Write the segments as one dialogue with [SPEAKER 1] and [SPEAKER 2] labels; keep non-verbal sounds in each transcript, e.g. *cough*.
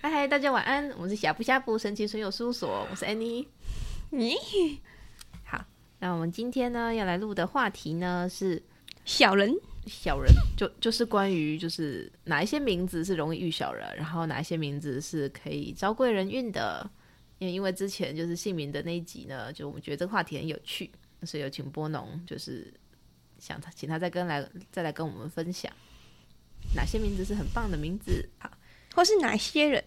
[SPEAKER 1] 嗨，大家晚安，我们是呷不呷不神奇存有事务所，我是 Annie。
[SPEAKER 2] 你
[SPEAKER 1] 好，那我们今天呢要来录的话题呢是
[SPEAKER 2] 小人
[SPEAKER 1] 小人，就就是关于就是哪一些名字是容易遇小人，然后哪一些名字是可以招贵人运的。因为因为之前就是姓名的那一集呢，就我们觉得这个话题很有趣，所以有请波农，就是想他请他再跟来再来跟我们分享哪些名字是很棒的名字。好，
[SPEAKER 2] 或是哪些人？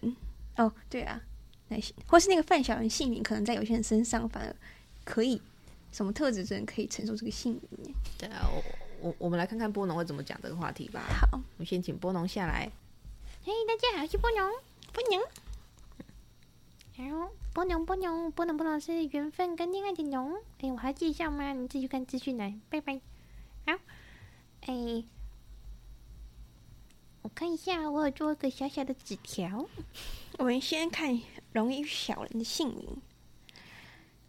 [SPEAKER 2] 哦，对啊，哪些或是那个犯小人姓名，可能在有些人身上反而可以什么特质的人可以承受这个姓名？
[SPEAKER 1] 对啊，我我我们来看看波农会怎么讲这个话题吧。
[SPEAKER 2] 好，
[SPEAKER 1] 我们先请波农下来。
[SPEAKER 3] 嘿，大家好，我是波农。
[SPEAKER 2] 不能
[SPEAKER 3] 然后波农，波农，波农，波农是缘分跟恋爱的农。哎，我还要记一下吗？你自己去看资讯来，拜拜。好，哎，我看一下，我有做一个小小的纸条。
[SPEAKER 2] 我们先看容易遇小人的姓名。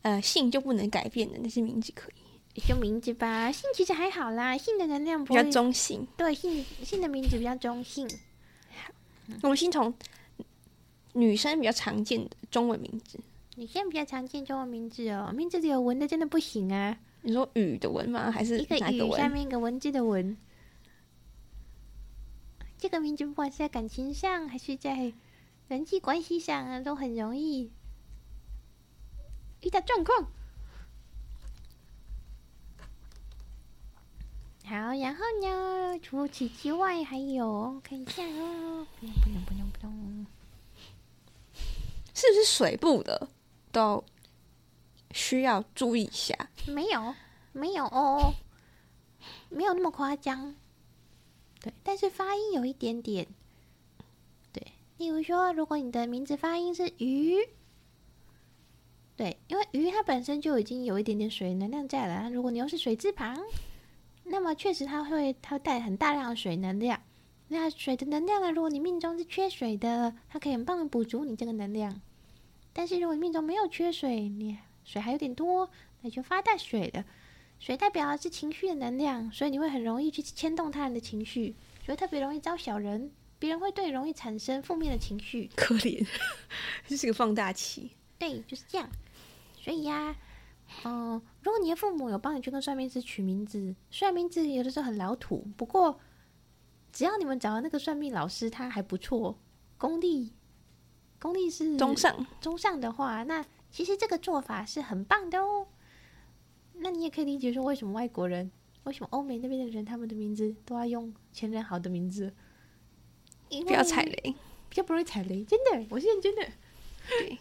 [SPEAKER 2] 呃，姓就不能改变的，但是名字可以，
[SPEAKER 3] 就名字吧，姓其实还好啦，姓的能量
[SPEAKER 2] 比
[SPEAKER 3] 不
[SPEAKER 2] 较
[SPEAKER 3] 会
[SPEAKER 2] 中性。
[SPEAKER 3] 对，姓姓的名字比较中性。嗯
[SPEAKER 2] 我们先从女生比较常见的中文名字，
[SPEAKER 3] 女生比较常见中文名字哦，名字里有文的真的不行啊，
[SPEAKER 2] 你说“雨”的文吗？还是
[SPEAKER 3] 一个
[SPEAKER 2] 哪个
[SPEAKER 3] 雨下
[SPEAKER 2] 文？
[SPEAKER 3] 面一个文字的文。这个名字不管是在感情上还是在人际关系上啊，都很容易遇到状况。好，然后呢？除此之外，还有看一下哦，不用不用不用不用，
[SPEAKER 2] 是不是水部的都需要注意一下？
[SPEAKER 3] *laughs* 没有没有哦，没有那么夸张。对，但是发音有一点点。对，例如说，如果你的名字发音是鱼，对，因为鱼它本身就已经有一点点水能量在了，如果你又是水字旁，那么确实它会它会带很大量的水能量。那水的能量呢？如果你命中是缺水的，它可以很棒的补足你这个能量。但是如果你命中没有缺水，你水还有点多，那就发大水了。水代表的是情绪的能量，所以你会很容易去牵动他人的情绪，所以特别容易招小人。别人会对你容易产生负面的情绪，
[SPEAKER 2] 可怜， *laughs* 就是个放大器。
[SPEAKER 3] 对，就是这样。所以呀、嗯、如果你的父母有帮你去跟算命师取名字，虽然名字有的时候很老土，不过只要你们找的那个算命老师他还不错，功力功力是
[SPEAKER 2] 中上，
[SPEAKER 3] 中上的话，那其实这个做法是很棒的哦。那你也可以理解说，为什么外国人，为什么欧美那边的人，他们的名字都要用前人好的名字，因为
[SPEAKER 2] 不要踩雷。
[SPEAKER 3] 比较不容易踩雷。真的，我是认真的。
[SPEAKER 2] 对，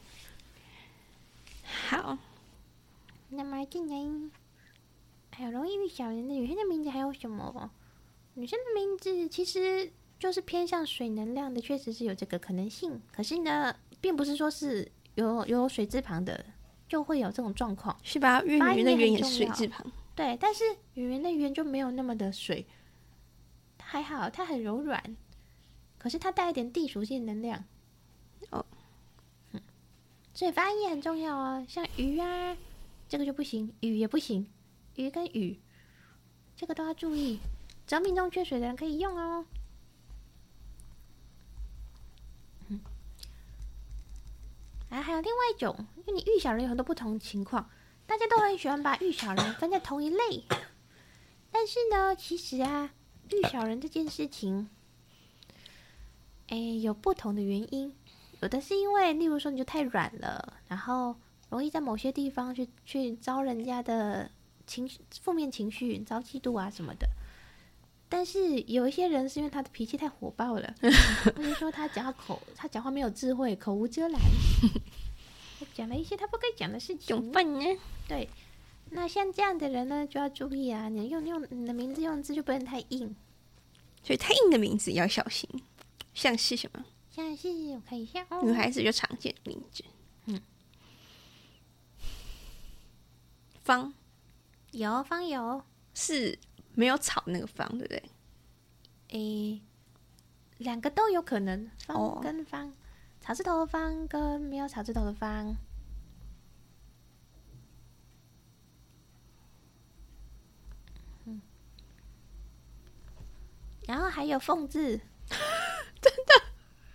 [SPEAKER 2] 好，
[SPEAKER 3] 那么竟然还有容易遇小人的女生的名字还有什么？女生的名字其实就是偏向水能量的，确实是有这个可能性。可是呢，并不是说是有有水字旁的就会有这种状况。
[SPEAKER 2] 是吧？月
[SPEAKER 3] 发
[SPEAKER 2] 圆
[SPEAKER 3] 音
[SPEAKER 2] 的
[SPEAKER 3] 也
[SPEAKER 2] 圆
[SPEAKER 3] 很
[SPEAKER 2] 也
[SPEAKER 3] 重
[SPEAKER 2] 水
[SPEAKER 3] 要
[SPEAKER 2] 字旁，
[SPEAKER 3] 对，但是圆圆的圆就没有那么的水，还好它很柔软，可是它带一点地属性能量。
[SPEAKER 2] 哦，
[SPEAKER 3] 嗯，所以发音也很重要哦，像鱼啊，这个就不行，雨也不行，鱼跟雨，这个都要注意。只要命中缺水的人可以用哦。嗯，啊，还有另外一种，因为你遇小人有很多不同情况，大家都很喜欢把遇小人分在同一类，但是呢，其实啊，遇小人这件事情，哎，有不同的原因。有的是因为，例如说你就太软了，然后容易在某些地方去去招人家的情绪、负面情绪，招嫉妒啊什么的。但是有一些人是因为他的脾气太火爆了，或者说他讲话口他讲话没有智慧，口无遮拦，讲了一些他不该讲的事
[SPEAKER 2] 怎
[SPEAKER 3] 情。
[SPEAKER 2] 么办呢？
[SPEAKER 3] 对，那像这样的人呢，就要注意啊！你用用你的名字用字就不能太硬，
[SPEAKER 2] 所以太硬的名字也要小心，像是什么
[SPEAKER 3] 像是我看一下哦，
[SPEAKER 2] 女孩子就常见的名字，
[SPEAKER 3] 嗯，
[SPEAKER 2] 方
[SPEAKER 3] 有方有，
[SPEAKER 2] 是没有草那个方，对不对？
[SPEAKER 3] 诶，两个都有可能，
[SPEAKER 2] 哦
[SPEAKER 3] 方跟方，草字头的方跟没有草字头的方。嗯然后还有凤字，真的，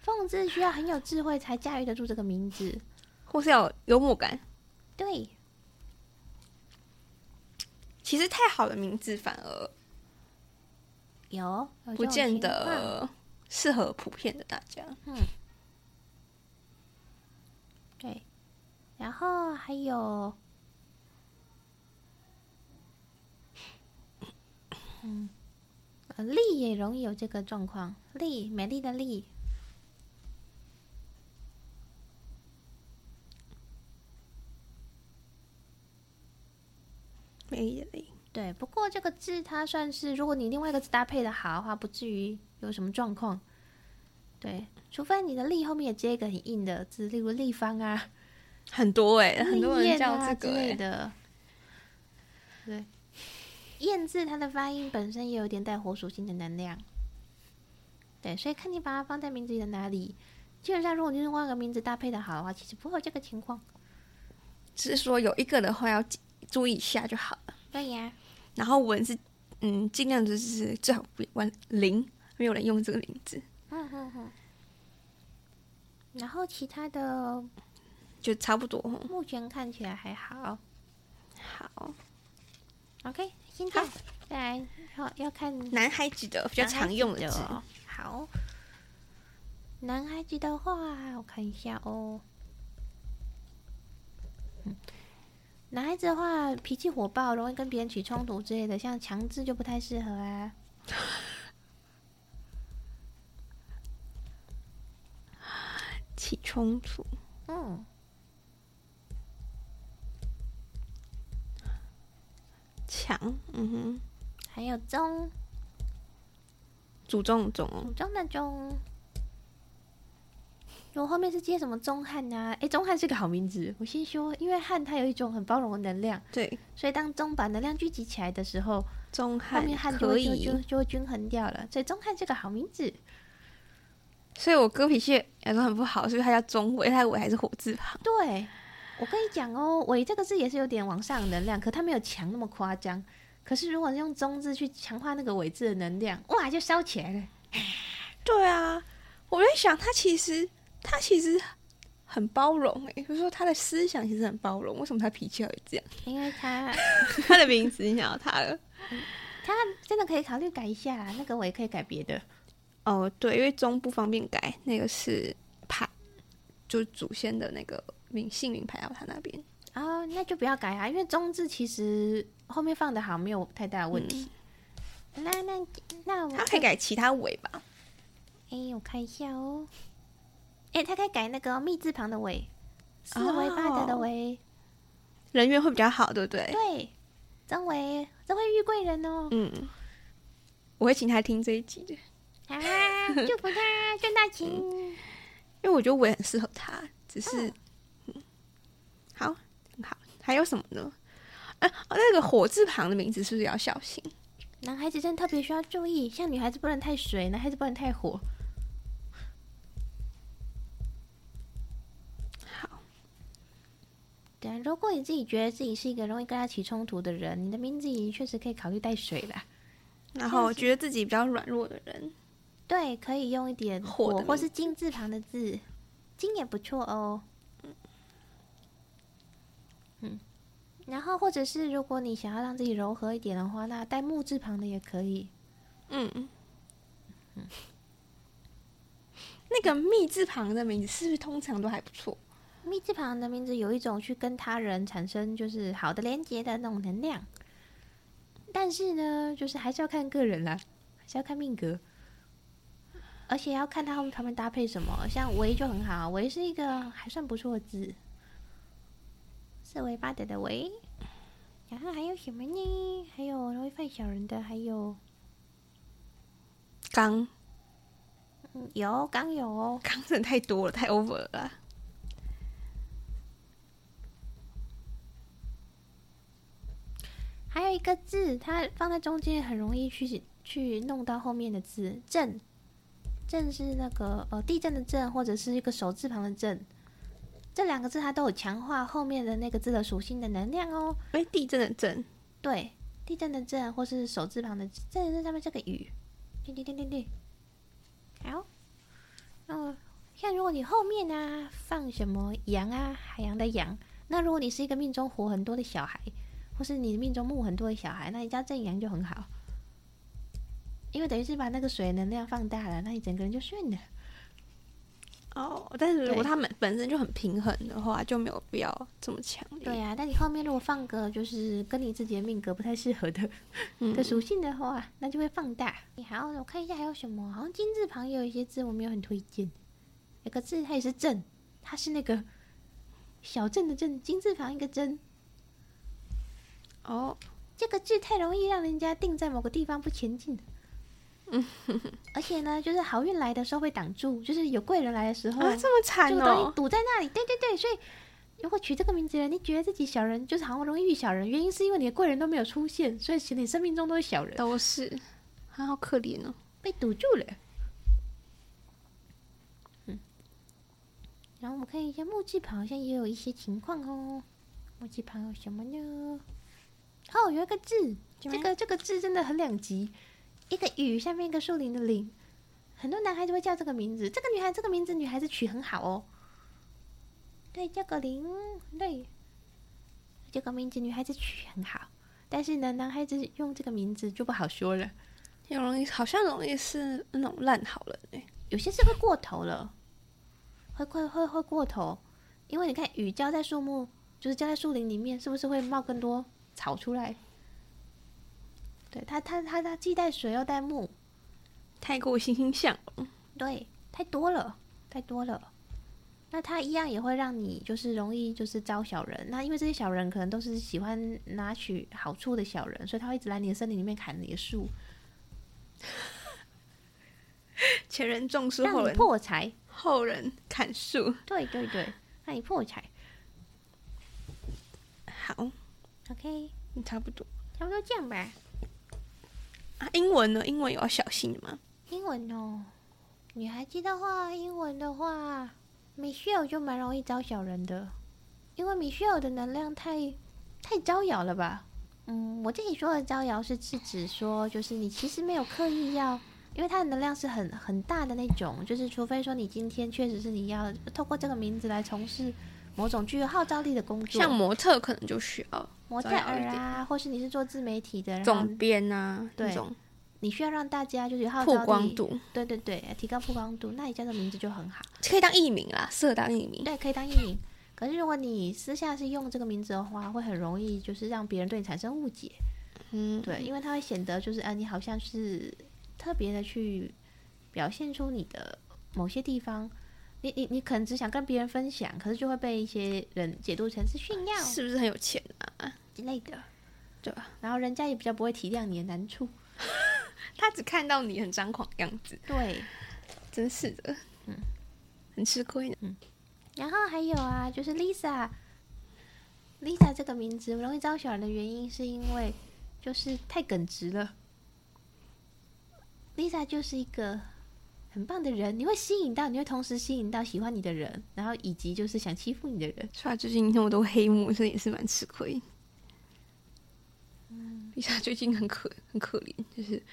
[SPEAKER 3] 凤用字需要很有智慧才驾驭得住这个名字。
[SPEAKER 2] 或是要有幽默感。
[SPEAKER 3] 对，
[SPEAKER 2] 其实太好的名字反而
[SPEAKER 3] 有有这
[SPEAKER 2] 哦不
[SPEAKER 3] 种
[SPEAKER 2] 见
[SPEAKER 3] 情况
[SPEAKER 2] 得适合普遍的大家。
[SPEAKER 3] 对，然后还有，嗯，呃丽也容易有这个状况，丽，美丽的丽。
[SPEAKER 2] 美丽的丽，
[SPEAKER 3] 对，不过这个字它算是，如果你另外一个字搭配的好的话，不至于有什么状况。对，除非你的“力”后面也接一个很硬的字，例如立方啊、
[SPEAKER 2] 很多哎、很
[SPEAKER 3] 立
[SPEAKER 2] 多人
[SPEAKER 3] 燕
[SPEAKER 2] 叫
[SPEAKER 3] 啊
[SPEAKER 2] 这
[SPEAKER 3] 之
[SPEAKER 2] 个哎、*laughs*
[SPEAKER 3] 类的。对，燕字它的发音本身也有点带火属性的能量。对，所以看你把它放在名字里的哪里。基本上，如果你另外一个名字搭配的好的话，其实不会有这个情况。
[SPEAKER 2] 只是说有一个的话要记注意一下就好了。
[SPEAKER 3] 对呀，
[SPEAKER 2] 然后文字，嗯，尽量就是最好不要玩零，没有人用这个名字，
[SPEAKER 3] 嗯嗯嗯。然后其他的
[SPEAKER 2] 就差不多哦。
[SPEAKER 3] 目前看起来还好。
[SPEAKER 2] 好，
[SPEAKER 3] OK，现在再来要要看
[SPEAKER 2] 男孩子的比较常用的
[SPEAKER 3] 男
[SPEAKER 2] 字
[SPEAKER 3] 孩子，哦好，男孩子的话，我看一下哦。嗯，男孩子的话，脾气火爆，容易跟别人起冲突之类的，像强制就不太适合啊。
[SPEAKER 2] 起冲突。
[SPEAKER 3] 嗯，
[SPEAKER 2] 强，嗯哼，
[SPEAKER 3] 还有中，
[SPEAKER 2] 祖宗的宗哦
[SPEAKER 3] 祖宗的宗。我后面是接什么钟汉呐、啊？哎，钟汉是个好名字。我先说，因为汉它有一种很包容的能量，
[SPEAKER 2] 对，
[SPEAKER 3] 所以当中把能量聚集起来的时候，
[SPEAKER 2] 钟
[SPEAKER 3] 后
[SPEAKER 2] 汉
[SPEAKER 3] 面汉就
[SPEAKER 2] 可
[SPEAKER 3] 会就
[SPEAKER 2] 以
[SPEAKER 3] 就。就会均衡掉了。所以钟汉是个好名字，
[SPEAKER 2] 所以我哥脾气也说很不好，所以他叫钟伟，他的伟还是火字旁。
[SPEAKER 3] 对，我跟你讲哦，伟这个字也是有点往上的能量，可它没有强那么夸张。可是如果用中字去强化那个伟字的能量，哇，就烧起来了。
[SPEAKER 2] 对啊，我在想他其实他其实很包容诶、就是说他的思想其实很包容，为什么他脾气会这样？ *laughs*
[SPEAKER 3] 因为它
[SPEAKER 2] 他的名字影响到他了。
[SPEAKER 3] 它真的可以考虑改一下啦，那个伟可以改别的。
[SPEAKER 2] 哦，对，因为钟不方便改，那个是牌，就是祖先的那个名姓名牌到他那边。
[SPEAKER 3] 哦，那就不要改啊，因为中字其实后面放的好没有太大的问题。那那那我
[SPEAKER 2] 他可以改其他尾吧？
[SPEAKER 3] 哎、我看一下哦。哎、他可以改那个密字旁的尾，四维八德的
[SPEAKER 2] 哦
[SPEAKER 3] 维。
[SPEAKER 2] 人缘会比较好，对不对？
[SPEAKER 3] 对，啊曾维，曾维遇贵人哦。
[SPEAKER 2] 嗯，我会请他听这一集的，
[SPEAKER 3] 啊，祝福他赚大钱。
[SPEAKER 2] 嗯因为我觉得我也很适合他，只是，嗯，好，很好。还有什么呢？啊，哦那个火字旁的名字是不是也要小心？
[SPEAKER 3] 男孩子真的特别需要注意，像女孩子不能太水，男孩子不能太火。
[SPEAKER 2] 好，
[SPEAKER 3] 对啊，如果你自己觉得自己是一个容易跟他起冲突的人，你的名字也确实可以考虑带水啦。
[SPEAKER 2] 然后我觉得自己比较软弱的人，
[SPEAKER 3] 对，可以用一点
[SPEAKER 2] 火的
[SPEAKER 3] 火或
[SPEAKER 2] 名
[SPEAKER 3] 是金字旁的字，金也不错哦。嗯，然后或者是如果你想要让自己柔和一点的话，那带木字旁的也可以。
[SPEAKER 2] 嗯，那个密字旁的名字是不是通常都还不错？
[SPEAKER 3] 密字旁的名字有一种去跟他人产生就是好的连接的那种能量，但是呢，就是还是要看个人啦，还是要看命格，而且要看他们旁边搭配什么。像维就很好，维是一个还算不错的字，四维八德的维。然后还有什么呢？还有容易犯小人的，还有
[SPEAKER 2] 刚
[SPEAKER 3] 嗯有刚有哦，
[SPEAKER 2] 刚真的太多了，太 over 了啊。
[SPEAKER 3] 还有一个字，它放在中间很容易去去弄到后面的字“震”，“震”是那个呃地震的“震”或者是一个手字旁的“震”，这两个字它都有强化后面的那个字的属性的能量哦。
[SPEAKER 2] 哎，地震的震，
[SPEAKER 3] 对，地震的“震”或是手字旁的“震”，这上面这个“雨”，对对对对对。好，那我像如果你后面啊放什么羊啊，海洋的洋，那如果你是一个命中火很多的小孩，或是你命中木很多的小孩，那你加正阳就很好，因为等于是把那个水能量放大了，那你整个人就顺了。
[SPEAKER 2] 哦，但是如果
[SPEAKER 3] 对
[SPEAKER 2] 他们本身就很平衡的话，就没有必要这么强烈。
[SPEAKER 3] 对啊，但你后面如果放个就是跟你自己的命格不太适合的
[SPEAKER 2] *laughs* 嗯
[SPEAKER 3] 的属性的话，那就会放大。好，我看一下还有什么，好像金字旁也有一些字我没有很推荐，有个字它也是镇，它是那个小镇的镇，金字旁一个真。
[SPEAKER 2] 哦，
[SPEAKER 3] 这个字太容易让人家定在某个地方不前进。
[SPEAKER 2] 嗯
[SPEAKER 3] 而且呢，就是好运来的时候会挡住，就是有贵人来的时候，
[SPEAKER 2] 啊，这么惨
[SPEAKER 3] 哦这个东西
[SPEAKER 2] 哦！
[SPEAKER 3] 堵在那里。对对对，所以如果取这个名字的人，你觉得自己小人，就是好像容易遇小人，原因是因为你的贵人都没有出现，所以其实你生命中都是小人
[SPEAKER 2] 都是，啊，好可怜哦。
[SPEAKER 3] 被堵住了。嗯，然后我们看一下木字旁，好像也有一些情况哦。木字旁有什么呢？哦，有一个字，
[SPEAKER 2] 什么
[SPEAKER 3] 这个这个字真的很两极，一个雨下面一个树林的林，很多男孩子会叫这个名字。这个女孩这个名字女孩子取很好哦，对，叫个林，对，这个名字女孩子取很好，但是呢，男孩子用这个名字就不好说了。
[SPEAKER 2] 也容易，好像容易是那种烂好人哎、
[SPEAKER 3] 有些是会过头了，会会会会过头，因为你看雨浇在树木，就是浇在树林里面，是不是会冒更多草出来？对，它它它它既带水又带木，
[SPEAKER 2] 太过欣欣向荣。
[SPEAKER 3] 对，太多了，太多了。那它一样也会让你就是容易就是招小人，那因为这些小人可能都是喜欢拿取好处的小人，所以他会一直来你的森林里面砍你的树，
[SPEAKER 2] 前人种树，
[SPEAKER 3] 让
[SPEAKER 2] 后
[SPEAKER 3] 你
[SPEAKER 2] 人
[SPEAKER 3] 破财。
[SPEAKER 2] 后人砍树。
[SPEAKER 3] 对对对，让你破财。
[SPEAKER 2] 好，
[SPEAKER 3] OK，
[SPEAKER 2] 差不多
[SPEAKER 3] 差不多这样吧。
[SPEAKER 2] 啊。英文呢？英文有要小心吗？
[SPEAKER 3] 英文哦，女孩子的话，英文的话，米歇尔就蛮容易招小人的，因为米歇尔的能量太太招摇了吧？嗯，我这里说的招摇是是指说，就是你其实没有刻意要，因为它的能量是很很大的那种，就是除非说你今天确实是你要透过这个名字来从事某种具有号召力的工作，
[SPEAKER 2] 像模特可能就需要
[SPEAKER 3] 模特
[SPEAKER 2] 招摇一
[SPEAKER 3] 儿
[SPEAKER 2] 点
[SPEAKER 3] 啊，或是你是做自媒体的，然后
[SPEAKER 2] 总编啊，
[SPEAKER 3] 对
[SPEAKER 2] 那种
[SPEAKER 3] 你需要让大家就是有号
[SPEAKER 2] 曝
[SPEAKER 3] 召
[SPEAKER 2] 光
[SPEAKER 3] 力，
[SPEAKER 2] 度，
[SPEAKER 3] 对对对，提高曝光度，那你叫这个名字就很好。
[SPEAKER 2] 可以当艺名啦，适合当艺名。
[SPEAKER 3] 对，可以当艺名。可是如果你私下是用这个名字的话，会很容易就是让别人对你产生误解。
[SPEAKER 2] 嗯，
[SPEAKER 3] 对，因为它会显得就是啊，你好像是特别的去表现出你的某些地方。你你你可能只想跟别人分享，可是就会被一些人解读成是炫耀
[SPEAKER 2] 嗯是不是很有钱啊？
[SPEAKER 3] 之类的，
[SPEAKER 2] 对吧？
[SPEAKER 3] 然后人家也比较不会体谅你的难处。
[SPEAKER 2] 他只看到你很张狂的样子，
[SPEAKER 3] 对，
[SPEAKER 2] 真是的，嗯，很吃亏呢。
[SPEAKER 3] 然后还有啊，就是 Lisa。Lisa 这个名字容易招小人的原因，是因为就是太耿直了。Lisa 就是一个很棒的人，你会吸引到，你会同时吸引到喜欢你的人，然后以及就是想欺负你的人。
[SPEAKER 2] 所以他最近那么多黑幕，这也是蛮吃亏。嗯，丽莎最近很可很可怜，就是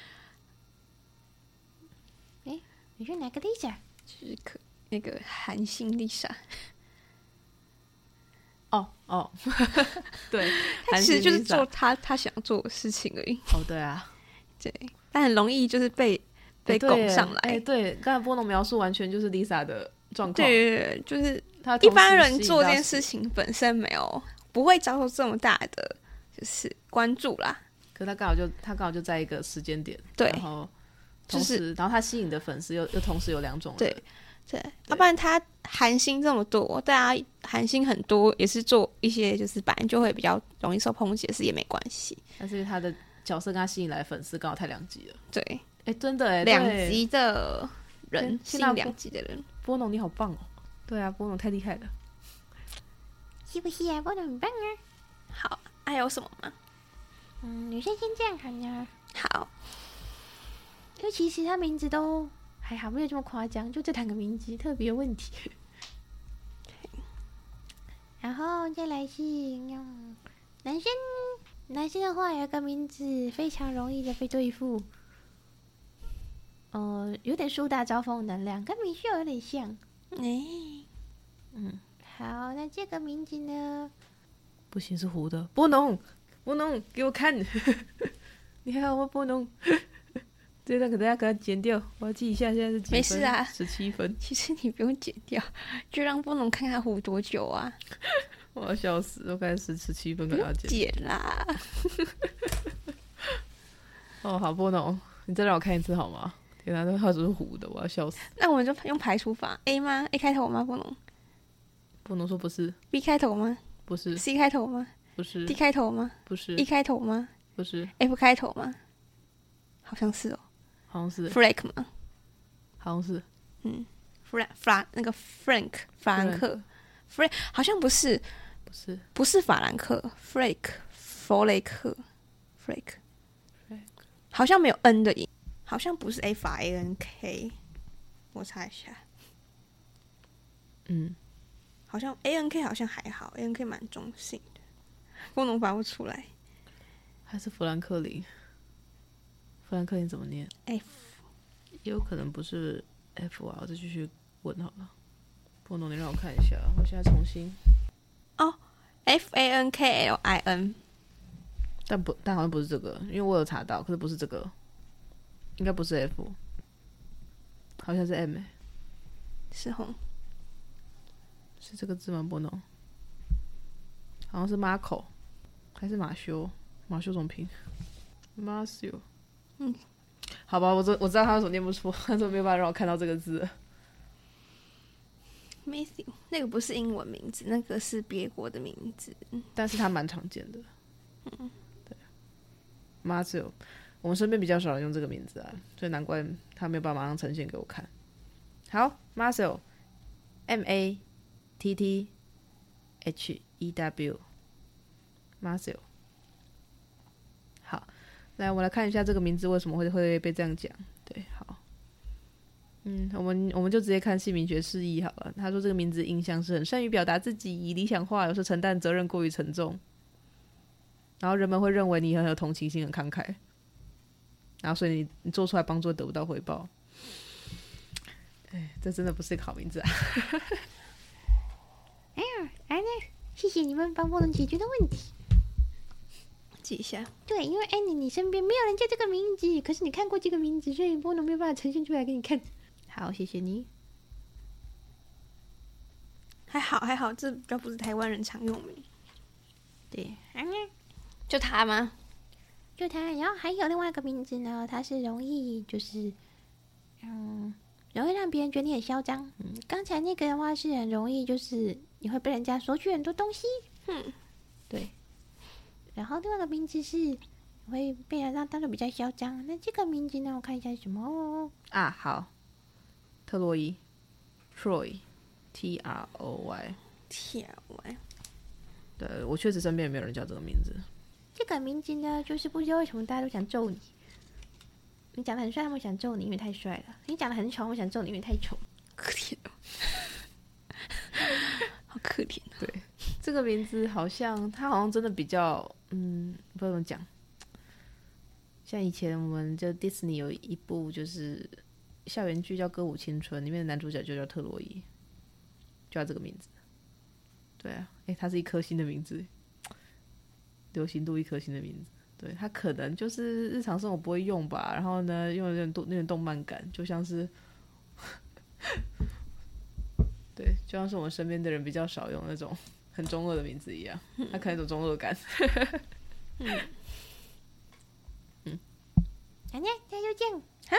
[SPEAKER 3] 你是哪个 Lisa？
[SPEAKER 2] 就是可那个韩星丽莎，
[SPEAKER 1] 哦哦， *laughs* 对，
[SPEAKER 2] 她其实就是
[SPEAKER 1] 韩信 Lisa
[SPEAKER 2] 做她她想做的事情而已。
[SPEAKER 1] 哦，对啊，
[SPEAKER 2] 对，但很容易就是被被
[SPEAKER 1] 哎对
[SPEAKER 2] 拱上
[SPEAKER 1] 哎，
[SPEAKER 2] 来。
[SPEAKER 1] 对，刚才波农描述完全就是 Lisa 的状况，
[SPEAKER 2] 对对对，就是
[SPEAKER 1] 她
[SPEAKER 2] 一
[SPEAKER 1] 同时
[SPEAKER 2] 般人
[SPEAKER 1] 吸引
[SPEAKER 2] 做
[SPEAKER 1] 到
[SPEAKER 2] 这件事情本身没有不会遭受这么大的就是关注啦，
[SPEAKER 1] 可他刚好就他刚好就在一个时间点，
[SPEAKER 2] 对
[SPEAKER 1] 然后
[SPEAKER 2] 就
[SPEAKER 1] 同
[SPEAKER 2] 是
[SPEAKER 1] 时、然后他吸引的粉丝又又同时有两种人，
[SPEAKER 2] 对对，要不然他韩星这么多，啊大家韩星很多也是做一些就是本来就会比较容易受抨击的事也没关系，
[SPEAKER 1] 但是他的角色跟他吸引来的粉丝刚好太两极了，
[SPEAKER 2] 对，
[SPEAKER 1] 哎，真的哎，
[SPEAKER 2] 两
[SPEAKER 1] 对
[SPEAKER 2] 极的人
[SPEAKER 1] 对，希
[SPEAKER 2] 是
[SPEAKER 1] 腊
[SPEAKER 2] 两
[SPEAKER 1] 不
[SPEAKER 2] 极的人，
[SPEAKER 1] 波农你好棒哦，对啊，波农太厉害了，
[SPEAKER 3] 是不是啊？我很棒啊！
[SPEAKER 2] 好，还有什么吗？
[SPEAKER 3] 嗯，女生先这样喊啊，
[SPEAKER 2] 好，
[SPEAKER 3] 因为其实他名字都还好，没有这么夸张，就这两个名字特别有问题。然后再来是嗯男生，男生的话有一个名字非常容易的被对付，呃，有点树大招风的能量，跟米秀有点像，
[SPEAKER 2] 哎、
[SPEAKER 3] 好，那这个名字呢？
[SPEAKER 1] 不行，是糊的。波农，波农，给我看！ *laughs* 你好，我波农。 *laughs* 这段可能要给它剪掉，我要记一下现在是几分。
[SPEAKER 2] 没事啊
[SPEAKER 1] 十七分，
[SPEAKER 2] 其实你不用剪掉，就让波龙看他糊多久啊，
[SPEAKER 1] 我要笑死！我看十十七分，
[SPEAKER 2] 不
[SPEAKER 1] 可能
[SPEAKER 2] 用
[SPEAKER 1] 要剪。
[SPEAKER 2] 剪啦。
[SPEAKER 1] 哦，好，波农，你再让我看一次好吗？天哪，那它是不是糊的？我要笑死！
[SPEAKER 2] 那我们就用排除法，A 吗？A 开头吗？波龙
[SPEAKER 1] 波农说不是，
[SPEAKER 2] ，B 开头吗
[SPEAKER 1] 不是，
[SPEAKER 2] ？C 开头吗
[SPEAKER 1] 不是
[SPEAKER 2] ？D，开头吗
[SPEAKER 1] 不是
[SPEAKER 2] ？E，开头吗
[SPEAKER 1] 不是，
[SPEAKER 2] ？F 开头吗？好像是哦
[SPEAKER 1] 好像是，
[SPEAKER 2] ，Frank 吗？
[SPEAKER 1] 好像是，
[SPEAKER 2] 弗兰弗兰那个 Frank 法兰克 f r a n 好像不是
[SPEAKER 1] 不是，
[SPEAKER 2] 不是法兰克 Frank 弗雷克 Frank
[SPEAKER 1] Frank
[SPEAKER 2] 好像没有 N 的音，好像不是 F R A N K，我查一下，
[SPEAKER 1] 嗯，
[SPEAKER 2] 好像 A N K 好像还好，A N K 蛮中性的，功能发不出来
[SPEAKER 1] 还是富兰克林。富兰克林怎么念？
[SPEAKER 2] F
[SPEAKER 1] 也有可能不是 F 啊，我再继续问好了。波农，你让我看一下，我现在重新，
[SPEAKER 2] F A N K L I N
[SPEAKER 1] 但不，但好像不是这个，因为我有查到，可是不是这个，应该不是 F，好像是 M，、欸、
[SPEAKER 2] 是红
[SPEAKER 1] 是这个字吗？波农，好像是 Marco，还是马修？马修怎么拼？Marcio，嗯，好吧，我知我知道他为什么念不出，他说没有办法让我看到这个字了。
[SPEAKER 2] Matthew 那个不是英文名字，那个是别国的名字，
[SPEAKER 1] 但是它蛮常见的。嗯，对。马只有我们身边比较少人用这个名字啊，所以难怪他没有办法马上呈现给我看。好，Marcel M A T T H E W Marcel。好，来我们来看一下这个名字为什么会会被这样讲。对，好。嗯，我们我们就直接看姓名学释义好了。他说这个名字印象是很善于表达自己，以理想化，有时承担责任过于沉重，然后人们会认为你很有同情心，很慷慨，然后所以你你做出来帮助得不到回报。哎，这真的不是一个好名字啊！
[SPEAKER 3] 谢谢你们帮我们解决的问题。
[SPEAKER 2] 记一下。
[SPEAKER 3] 对，因为安妮你身边没有人叫这个名字，可是你看过这个名字，所以波农没有办法呈现出来给你看。
[SPEAKER 1] 好，谢谢你。
[SPEAKER 2] 还好还好，这比较不是台湾人常用名。
[SPEAKER 3] 对，
[SPEAKER 2] 就他吗？
[SPEAKER 3] 就他，然后还有另外一个名字呢，他是容易就是，嗯，容易让别人觉得你很嚣张。嗯，刚才那个的话是很容易，就是你会被人家索取很多东西。
[SPEAKER 2] 嗯，
[SPEAKER 3] 对。然后另外一个名字是你会被人家当做比较嚣张。那这个名字呢，我看一下是什么哦。
[SPEAKER 1] 啊，好，特洛伊，Troy，T R O Y。
[SPEAKER 2] 天喂，
[SPEAKER 1] 对我确实身边也没有人叫这个名字。
[SPEAKER 3] 这个名字呢，就是不知道为什么大家都想揍你。你长得很帅，他们想揍你，因为太帅了；你长得很丑，他们想揍你，因为太丑。
[SPEAKER 2] 可怜哦， *laughs* 好可怜哦。
[SPEAKER 1] 这个名字好像，它好像真的比较，嗯，不知道怎么讲。像以前我们就迪士尼有一部就是校园剧叫《歌舞青春》，里面的男主角就叫特洛伊，就叫这个名字。对啊，诶，它是一颗星的名字，流行度一颗星的名字。对，它可能就是日常生活不会用吧，然后呢，用有点动那点动漫感，就像是。 *laughs* 对，就像是我们身边的人比较少用那种很中二的名字一样，他可能有种中二感。
[SPEAKER 3] 好的，那就这样。
[SPEAKER 2] 好，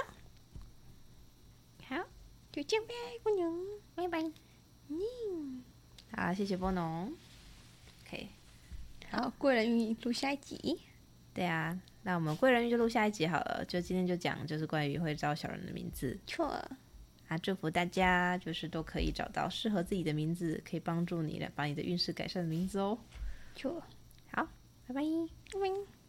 [SPEAKER 3] 好，
[SPEAKER 2] 就这样呗，姑娘。
[SPEAKER 3] 拜拜。
[SPEAKER 1] *laughs* 好，谢谢波农。OK，
[SPEAKER 2] 好，贵人与你录下一集。
[SPEAKER 1] 对啊，那我们贵人运就录下一集好了，就今天就讲就是关于会招小人的名字
[SPEAKER 2] 错，
[SPEAKER 1] 啊，祝福大家就是都可以找到适合自己的名字，可以帮助你来把你的运势改善的名字哦。
[SPEAKER 2] 错，
[SPEAKER 1] 好，拜拜。
[SPEAKER 2] 拜拜。